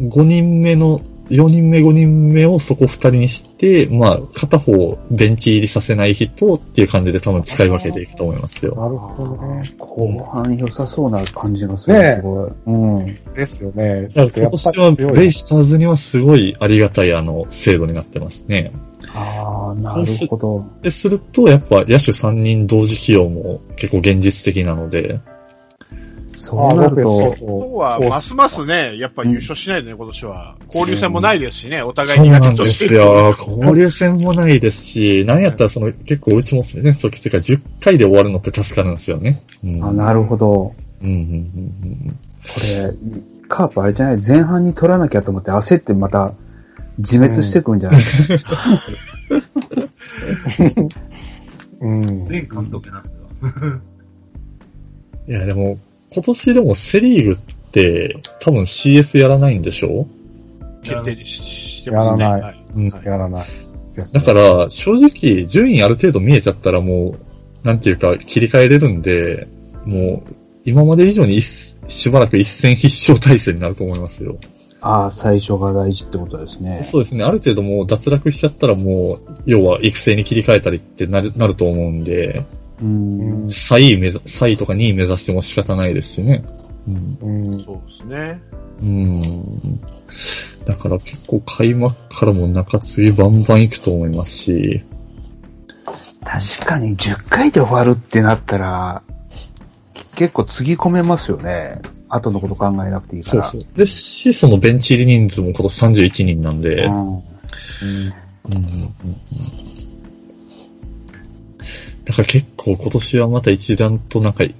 C: 5人目の、4人目5人目をそこ2人にして、まあ、片方をベンチ入りさせない人っていう感じで多分使い分けていくと思いますよ。
E: なるほどね。
D: 後半良さそうな感じがする。
E: ねえ
D: すごい。うん。
E: ですよね。
C: だから今年はベイスターズにはすごいありがたいあの制度になってますね。
D: ああ、なるほど。
C: で、するとやっぱ野手3人同時起用も結構現実的なので、
D: そうなると、
A: 今日は、ますますね、やっぱ優勝しないでね、今年は。交流戦もないですしね、お互い
C: そう
A: に
C: なん
A: と
C: ですよ。交流戦もないですし、なんやったらその結構うちも戦争きついから10回で終わるのって助かるんですよね。うん
D: あ、なるほど。
C: うんうんうんうん
D: これ、カープあれじゃない前半に取らなきゃと思って焦ってまた、自滅してくんじゃない、
E: うん。
B: 全監督なんですよ。
C: いや、でも、今年でもセリーグって、多分 CS やらないんでしょ
A: 決定ししてますね。
E: やら
A: は。
E: ない
C: うん
A: はい
E: やらない。
C: だから、正直、順位ある程度見えちゃったらもう、なんていうか、切り替えれるんで、もう、今まで以上に一しばらく一戦必勝体制になると思いますよ。
D: ああ、最初が大事ってことですね。
C: そうですね。ある程度もう脱落しちゃったらもう、要は育成に切り替えたりってなるなると思うんで、
D: う
E: うん
D: ん。
C: 3位目ざ、3位とか2位目指しても仕方ないですしね。うん。
E: うん。
A: そうですね。
C: うん。だから結構開幕からも中継ぎバンバン行くと思いますし、
D: 確かに10回で終わるってなったら、結構つぎ込めますよね。後のこと考えなくていいから。
C: う。ですし、そのベンチ入り人数も今年31人なんで、
D: うん。うん
C: だから結構今年はまた一段となんかい、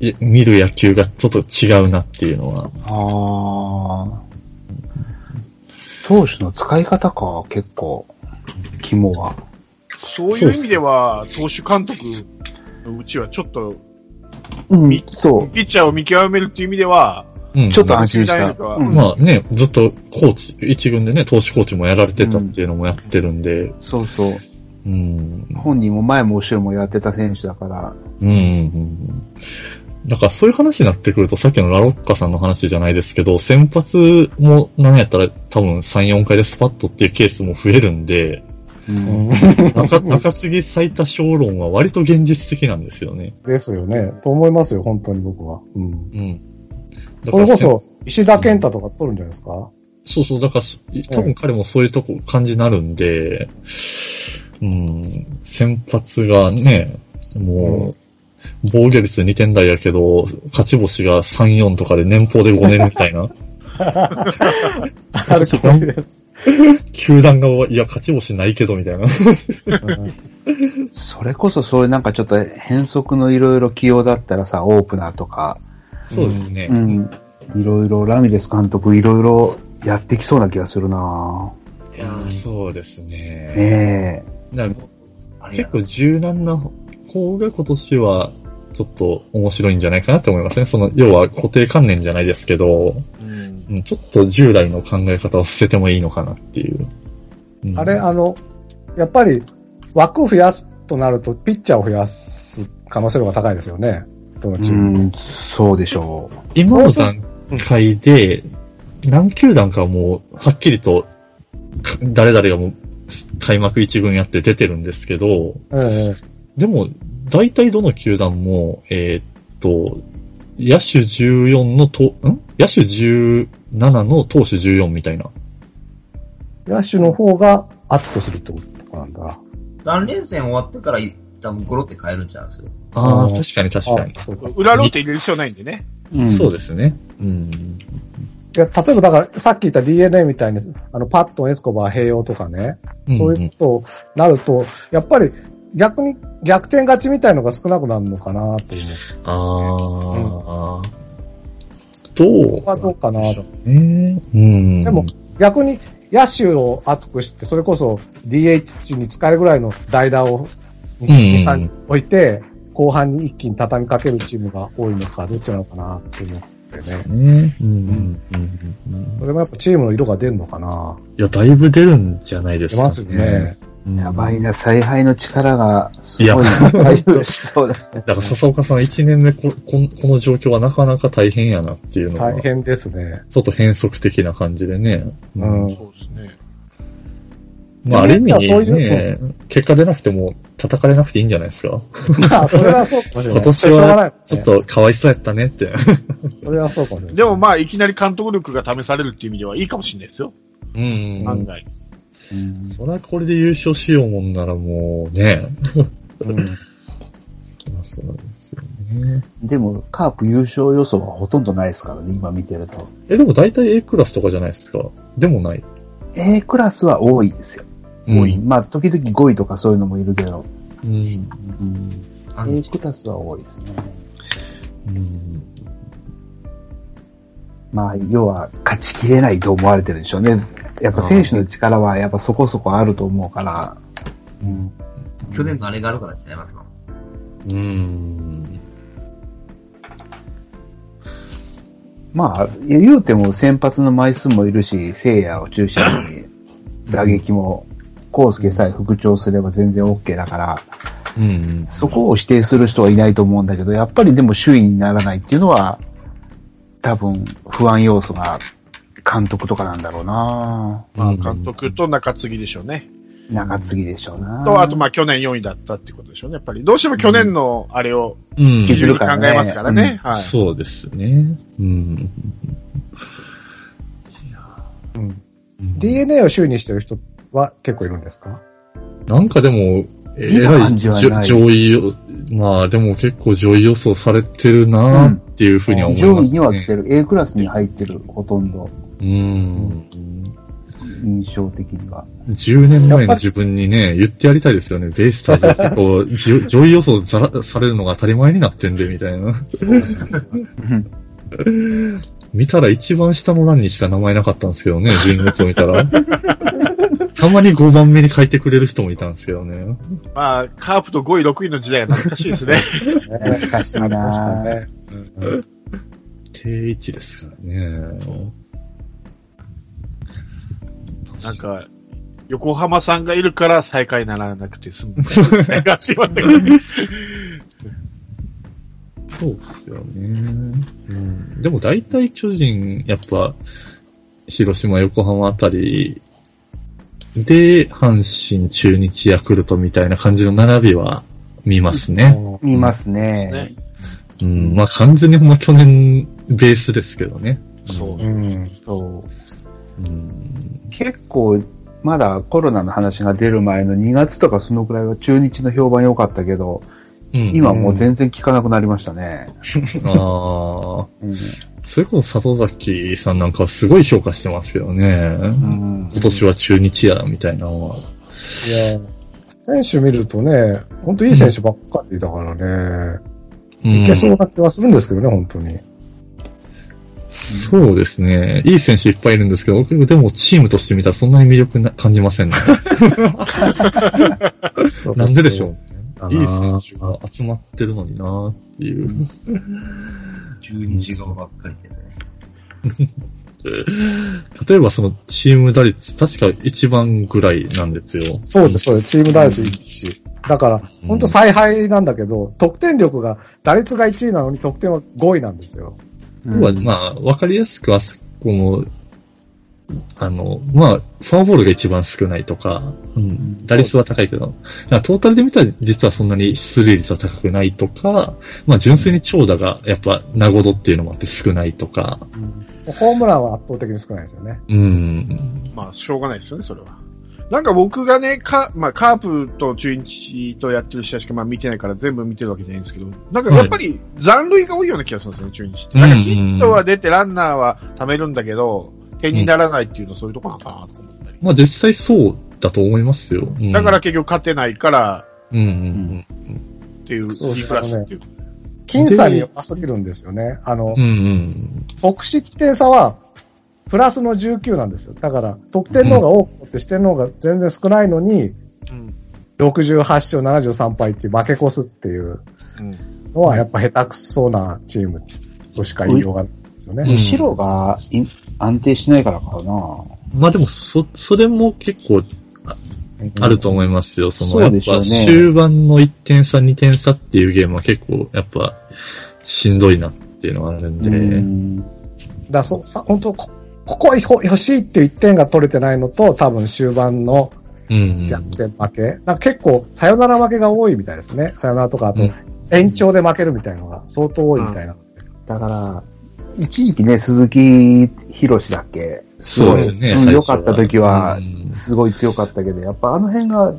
C: い見る野球がちょっと違うなっていうのは。
D: ああ。投手の使い方か、結構。肝は。
A: そういう意味では、投手監督のうちはちょっと、
D: うん、そう。
A: ピッチャーを見極めるっていう意味では、
C: うん、
D: ちょっと安心し
A: 間
D: た。
A: 違いなくは
D: うん、
C: まあね、ずっとコーチ、一軍でね、投手コーチもやられてたっていうのもやってるんで、
D: そうそう。
C: うん。
D: 本人も前も後ろもやってた選手だから。
C: うんうんうん。だからそういう話になってくると、さっきのラロッカさんの話じゃないですけど、先発もなんやったら多分3、4回でスパッとっていうケースも増えるん で、
D: うん。
C: 中中継ぎ最多小論は割と現実的なんですよね。
E: ですよね。と思いますよ、本当に僕は。うん。
C: うん。だ
E: それこ
C: せん
E: そ、石田健太とか取るんじゃないですか
C: そうそう、だからし、多分彼もそういうとこ、感じになるんで、うん、先発がね、もう、防御率2点台やけど、勝ち星が3、4とかで年俸で5年みたいな。
E: あるかもしれない。
C: 球団側は、いや、勝ち星ないけど、みたいな。
D: それこそそういうなんかちょっと変則のいろいろ起用だったらさ、オープナーとか、
C: そうですね。
D: うん。いろいろラミレス監督いろいろやってきそうな気がするない
C: やーそうですね
D: ぁ。。ね
C: なんか
D: え。
C: 結構柔軟な方が今年は、ちょっと面白いんじゃないかなと思いますね。その、要は固定観念じゃないですけど、うん、ちょっと従来の考え方を捨ててもいいのかなっていう。うん
E: あれ、あの、やっぱり枠を増やすとなると、ピッチャーを増やす可能性の方が高いですよね。どのチ
D: う
E: ーム。
D: ん、そうでしょ
C: 今の段階で、何球団かもう、はっきりと、か誰々がもう、開幕一軍やって出てるんですけど、
E: ええ
C: でも、大体どの球団も、えーっと、野手14のと、ん野手17の投手14みたいな。
E: 野手の方が熱くするってことなんだ。
B: 3連戦終わってから、多分ゴロって変えるんちゃうんですよ。
C: ああ、
E: うん
C: 確かに確かに
E: あ。そうか。い
A: 裏ローテ入れる必要ないんでね。
D: う。うん
C: そうですね。うん。
E: や例えばだから、さっき言った DNA みたいに、あの、パットン、エスコバー、併用とかね、そういうことになると、やっぱり逆に逆転勝ちみたいのが少なくなるのかなと思う。
C: ああ、どう
E: ここはどうかなと。
C: ねうん。
E: でも、逆に野手を厚くして、それこそ DH に使えるぐらいの代打を
C: うん
E: 2、3置いて、後半に一気に畳みかけるチームが多いのか、どっちなのかなって思ってね。
C: ね、うんうんうんうん
E: それもやっぱチームの色が出るのかな。
C: いや、だいぶ出るんじゃないです
E: 出
C: か、
E: ますよね。。
D: やばい。な、采配の力がすご
C: い
D: い左右しそうだ。
C: だから、笹岡さん1年目こ、こんこの状況はなかなか大変やなっていうのが
E: 大、変ですね。
C: ちょっと変則的な感じでね。
E: うん。
A: そうですね。
C: まあ、ある意味
E: いやそう
C: に
E: い
C: ね、結果出なくても叩かれなくていいんじゃないですか。
E: まあ、それはそうかもしれない。
C: 今年
E: しょうがない
C: は
E: もんね
C: ちょっとかわいそうやったねって。
E: それはそうかもしれない。
A: でもまあ、いきなり監督力が試されるっていう意味ではいいかもしれないですよ。
C: うん
A: 案外。
D: うん
C: そりゃこれで優勝しようもんならもうね。
E: うん
C: まあそうなんですよね。
D: でも、カープ優勝予想はほとんどないですからね、今見てると。
C: え、でも大体 A クラスとかじゃないですか。でもない。
D: A クラスは多いですよ。
C: 多
D: う。んまあ、時々5位とかそういうのもいるけど、
C: うん。
D: うん、
B: あの
D: A クラスは多いですね。
C: うん。
D: まあ、要は、勝ちきれないと思われてるんでしょうね。やっぱ選手の力はやっぱそこそこあると思うから、うん。
B: 去年のあれがあるから違いますか
C: うん。
D: まあ、言うても先発の枚数もいるし、聖夜を中心に打撃も、康介さえ復調すれば全然 OK だから、
C: うん。
D: そこを否定する人はいないと思うんだけど、やっぱりでも周囲にならないっていうのは、多分不安要素が監督とかなんだろうな
A: まあ、監督と中継ぎでしょうね。
D: 中継ぎでしょうな
A: と、あと、まあ、去年4位だったってことでしょうね。やっぱり、どうしても去年のあれを
C: うん。
A: 基準に考えますからね。
D: うん
A: はい。
C: そうですね。うん。
E: DNA を周囲にしてる人は結構いるんですか
C: なんかでも、え
D: 今
C: ら
D: 感
C: い
D: じ
C: じょ
D: はない
C: 上位よ、まあでも結構上位予想されてるなーっていうふうには思います、ね
D: 上位には来てる。A クラスに入ってる、ほとんど。
C: うん。
D: 印象的には。
C: 10年前の自分にね、言ってやりたいですよね。ベイスターズは結 構、じょ上位予想ざらされるのが当たり前になってんで、みたいな。見たら一番下の欄にしか名前なかったんですけどね、順位予想見た ら。たまに5番目に書いてくれる人もいたんですけどね。
A: まあ、カープと5位、6位の時代は懐かしい ですね。
D: 懐かしいなぁ。
C: 定位置ですからね。
A: なんか、横浜さんがいるから最下位ならなくて済むみ たいなね。がしまったからね
C: そうですよね。うん。でも大体巨人、やっぱ、広島、横浜あたりで、阪神、中日、ヤクルトみたいな感じの並びは見ますね。
D: 見ます ね。
A: ね
C: うん。まあ完全にほんま去年ベースですけどね。
A: そう
D: う。ん、そう。
C: うん。
D: 結構、まだコロナの話が出る前の2月とかそのくらいは中日の評判良かったけど、
C: うん、
D: 今もう全然聞かなくなりましたね。
C: ああ。
D: うん。
C: それこそ里崎さんなんかはすごい評価してますけどね。
D: うん
C: 今年は中日や、みたいなのは。
E: いや、選手見るとね、本当いい選手ばっかりだからね、
C: うん
E: いけそうな気はするんですけどね、本当に。
C: そうですね。いい選手いっぱいいるんですけど、僕でもチームとして見たらそんなに魅力な感じませんね。なんででしょう。いい選手が集まってるのになっていう。
B: ?12 号ばっかりですね。
C: 例えばそのチーム打率、確か一番ぐらいなんですよ。
E: そうです、そうです。チーム打率いいし。だから、本当采配なんだけど、得点力が、打率が1位なのに得点は5位なんですよ。
D: う
C: 要は、まあ、わかりやすくあそこの、あの、まあ、フォアボールが一番少ないとか、うん、打率は高いけど、だからトータルで見たら実はそんなに出塁率は高くないとか、まあ、純粋に長打がやっぱ、名ごどっていうのもあって少ないとか、
E: ホームランは圧倒的に少ないですよね。
C: うん、
A: まあ、しょうがないですよね、それは。なんか僕がね、か、まあ、カープと中日とやってる試合しかまあ見てないから全部見てるわけじゃないんですけど、なんかやっぱり残塁が多いような気がするんですよね、中日って。なんかヒットは出てランナーは貯めるんだけど、点にならないっていうのはそういうとこなのかなと思ったり。
C: まあ、実際そうだと思いますよ。うん
A: だから、結局勝てないから
C: うん、うん、
A: っていう、
E: そう
A: リプラスっていう。
E: 僅差に弱すぎるんですよね。あの
C: うん、う、ん、
E: 得失点差は、プラスの19なんですよ。だから、得点の方が多くって、視点の方が全然少ないのに、
A: うん。
E: 68勝73敗っていう負け越すっていう
A: うん。
E: のは、やっぱ下手くそなチームとしか言いようがないですよね。
D: 後ろがい安定しないからかな
C: まあでも、そ、それも結構あると思いますよ。その、
D: そ
C: や
D: うで
C: っ
D: しょう
C: ぱ、
D: ね
C: 終盤の1点差、2点差っていうゲームは結構、やっぱ、しんどいなっていうのがあるんで、
D: うん
E: だからそさ本当こここは欲しいっていう1点が取れてないのと、多分終盤の
C: うん。
E: 逆転負け。なんか結構、サヨナラ負けが多いみたいですね。サヨナラとか、あと
C: うん、
E: 延長で負けるみたいのが相当多いみたいな。
D: だから、一時期ね、鈴木博士だっけす
C: そう
D: ごい
C: ですね。
D: うん
C: 最初は
D: 良かった時は
C: う、ん
D: すごい強かったけど、やっぱあの辺が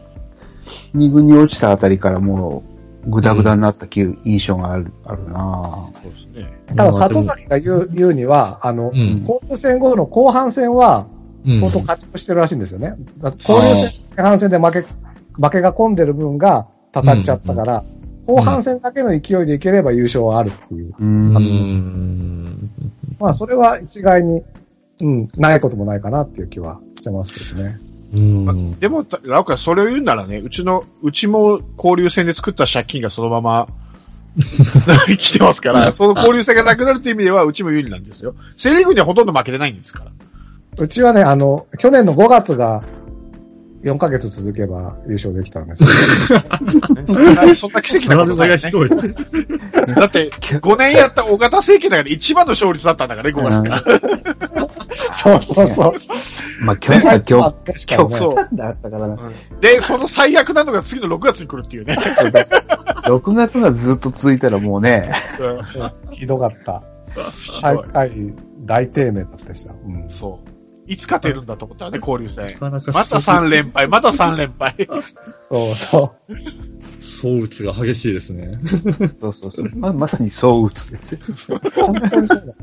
D: 二軍に落ちたあたりからもう、ぐだぐだになった気、印象がある、あるなぁ
A: そうですね。
E: ただ、里崎が言う言うには、あの
C: う、ん。
E: 交流戦後の後半戦は、
C: うん
E: 相当勝ち越してるらしいんですよね。だから交流戦、前半戦で負け、負けが込んでる分が、たたっちゃったから、後半戦だけの勢いでいければ優勝はあるっていう。
D: うん
C: うん。
E: まあ、それは一概に、うん、ないこともないかなっていう気は。してますけどね。
C: うん。
A: でも、たラオカそれを言うならね、うちの、うちも交流戦で作った借金がそのま ま生きてますから、その交流戦がなくなるという意味では、うちも有利なんですよ。セリーグにはほとんど負けてないんです から。
E: うちはね、あの、去年の5月が4ヶ月続けば優勝できたんですけ
A: ねそんな奇跡なことな
C: 体が
A: いよ
C: ひ
A: ね。
C: どい。
A: だって、5年やった大型政権だから一番の勝率だったんだからね、5月が。
E: ど。そうそうそう。
D: まあ、去年は今日、
E: 確か
D: 今
E: に
D: 日
E: ね。
A: そう
D: だったからな。
A: で、その最悪なのが次の6月に来るっていうね。
D: 6月がずっと続いたらもうね、
E: ひどかった。大会大低迷だったでした。うん。
A: そう。いつ勝てるんだと思ったらね、交流戦。
C: なかなか
A: また3連敗、また3連敗。
E: そうそ
C: 相打つが激しいですね。
D: そうそうそう。ままさにそう打つですよ。
E: う。本当にそうだ。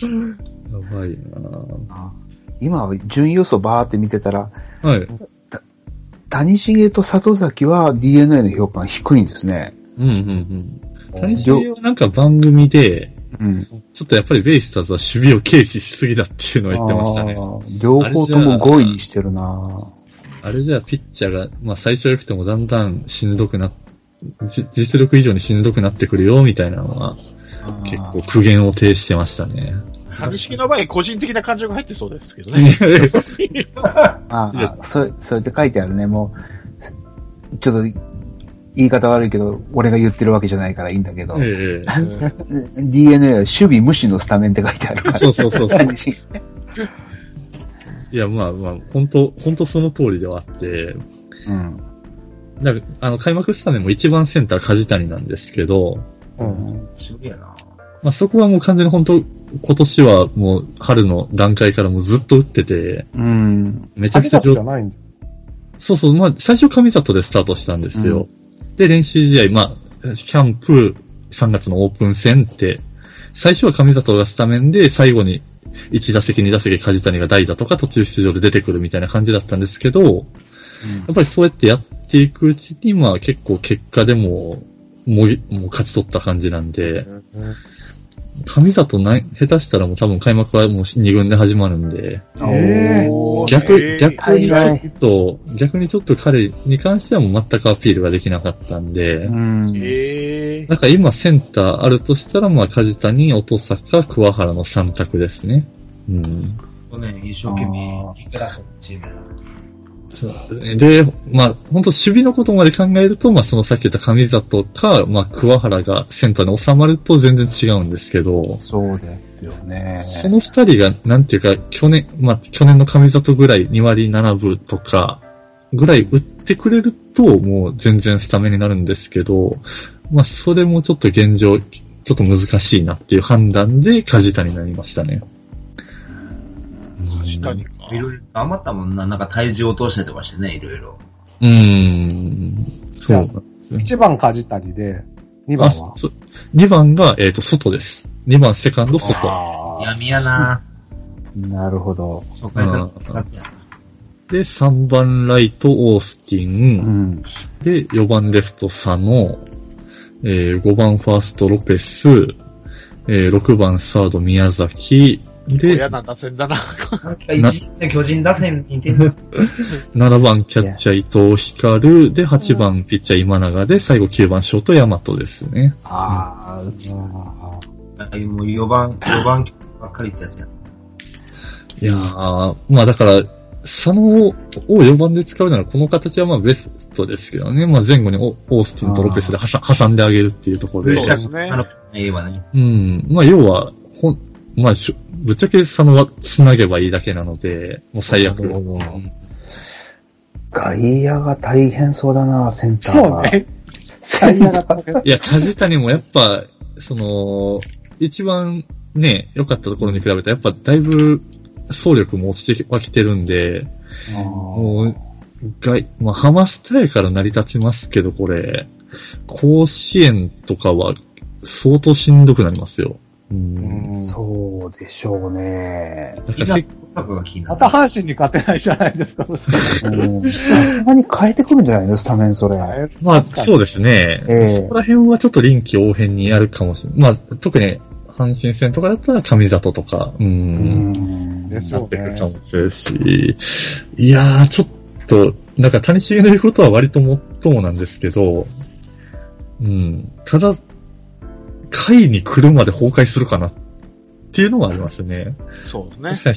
C: やばいな
D: 今、順位予想バーって見てたら、
C: はい。
D: 谷繁と里崎は DNA の評価が低いんですね。
C: うんうんうん。谷繁はなんか番組で、
D: うん。
C: ちょっとやっぱりベイスターズは守備を軽視しすぎだっていうのを言ってましたね。
D: あー両方とも5位にしてるな
C: あれじゃあピッチャーが、まあ最初良くてもだんだんしんどくな、じ実力以上にしんどくなってくるよ、みたいなのは、結構苦言を呈してましたね。
A: 寂しきの場合、個人的な感情が入ってそうですけどね。
D: あ
C: い
D: ー
C: や
D: あー、それ、それって書いてあるね。もう、ちょっと、言い方悪いけど、俺が言ってるわけじゃないからいいんだけど、
C: ええ
D: DNA は守備無視のスタメンって書いてあるから。
C: そうそうそうそう。
D: 谷繁
C: いや、まあまあ、本当本当その通りではあって、
D: うん。
C: なんか、あの、開幕した年も一番センター梶谷なんですけど、
E: うん。
B: 渋いやな。
C: まあそこはもう完全に本当今年はもう春の段階からもうずっと打ってて、
D: うん。
C: めちゃ
E: あ
C: く
E: れ
C: ちゃ
E: だけ
C: 上
E: じゃないんです。
C: そうそう、まあ、最初神里でスタートしたんですよ。で、練習試合、まあ、キャンプ、3月のオープン戦って、最初は神里がスタメンで、最後に1打席、2打席、梶谷が代打とか途中出場で出てくるみたいな感じだったんですけど、やっぱりそうやってやっていくうちに、まあ結構結果でも、もぎもう勝ち取った感じなんで、神里ない、下手したらもう多分開幕はもう2軍で始まるんで、
E: ええ
A: おー
C: 逆、逆に
D: 意
C: ちょ
D: 外
C: っと、逆にちょっと彼に関してはもう全くアピールができなかったんで、
D: うん。
A: え
C: なんか今センターあるとしたら、まあ、梶谷、音坂、桑原の3択ですね。うん。
B: 去年一生懸命
D: あー
B: 引っ張らせたチームやな。
C: そうで、まあ、本当守備のことまで考えると、まあ、そのさっき言った上里か、まあ、桑原がセンターに収まると全然違うんですけど、
D: そうですよね。
C: その二人が、なんていうか、去年、まあ、去年の上里ぐらい2割7分とか、ぐらい打ってくれると、もう全然スタメンになるんですけど、まあ、それもちょっと現状、ちょっと難しいなっていう判断で、梶谷になりましたね。
A: ー、確かにか。
B: いろいろ頑張ったもんな。なんか体重を落としたりとかしてね、いろいろ。
C: うーん。そう。
E: 1番梶谷で、2番
C: あ
E: は。
C: そう2番が、えっ、と、外です。2番セカンド、外。
E: ああ。
B: 闇やな。
D: なるほど。
B: 初回から使ってやな。
C: で、3番ライト、オースティン。
D: うん。
C: で、4番レフト、佐野、えー5番ファースト、ロペス、えー6番サード、宮崎、で
A: 嫌、な打線だな。
B: なんか一時の巨人打線に似て る。
C: 7番キャッチャー、伊藤光で、8番ピッチャー、今永で、最後9番ショート、大和ですね。
D: ああ、うん
B: なんかもう4番、4番ばっかりってやつやな。
C: いやー、まあだから、佐野を4番で使うなら、この形はまあベストですけどね。まあ前後にオオースティンとロペスで挟挟んであげるっていうところで。
A: そうですね
B: あ。の、ええわね。
C: うん。まあ、要は、ほん、まあ、しょぶっちゃけ佐野は繋げばいいだけなので、もう最悪。
D: なるほど
C: うん
D: 外野が大変そうだな、センター
E: そ
D: が。
E: うね。
D: センターが。
C: いや、梶谷もやっぱ、その、一番ね、良かったところに比べたら、やっぱだいぶ、総力も落ちてはきてるんで、もう、外、まあ、ハマスタイから成り立ちますけど、これ、甲子園とかは、相当しんどくなりますよ。うん。
D: そうでしょうね。
C: だか
B: みん
C: ら
B: な
C: せ、
B: 策が気にな
E: ま
B: る
E: た。阪神に勝てないじゃないですか、そしたら
D: うんさすがに変えてくるんじゃないのスタメン、それ。
C: まあ、そうですね。
D: ええ
C: そこら辺はちょっと臨機応変にやるかもしれない。まあ、特に阪神戦とかだったら上里とか、う。
D: うんん。
E: でし
C: な
E: ょ
C: って
E: う
C: くる
E: ね
C: か。もしれんし、いやー、ちょっと、なんか谷繁の言うことは割ともっともなんですけど、うん、ただ、会に来るまで崩壊するかなっていうのはありますね。
A: そうですね。
C: 確かに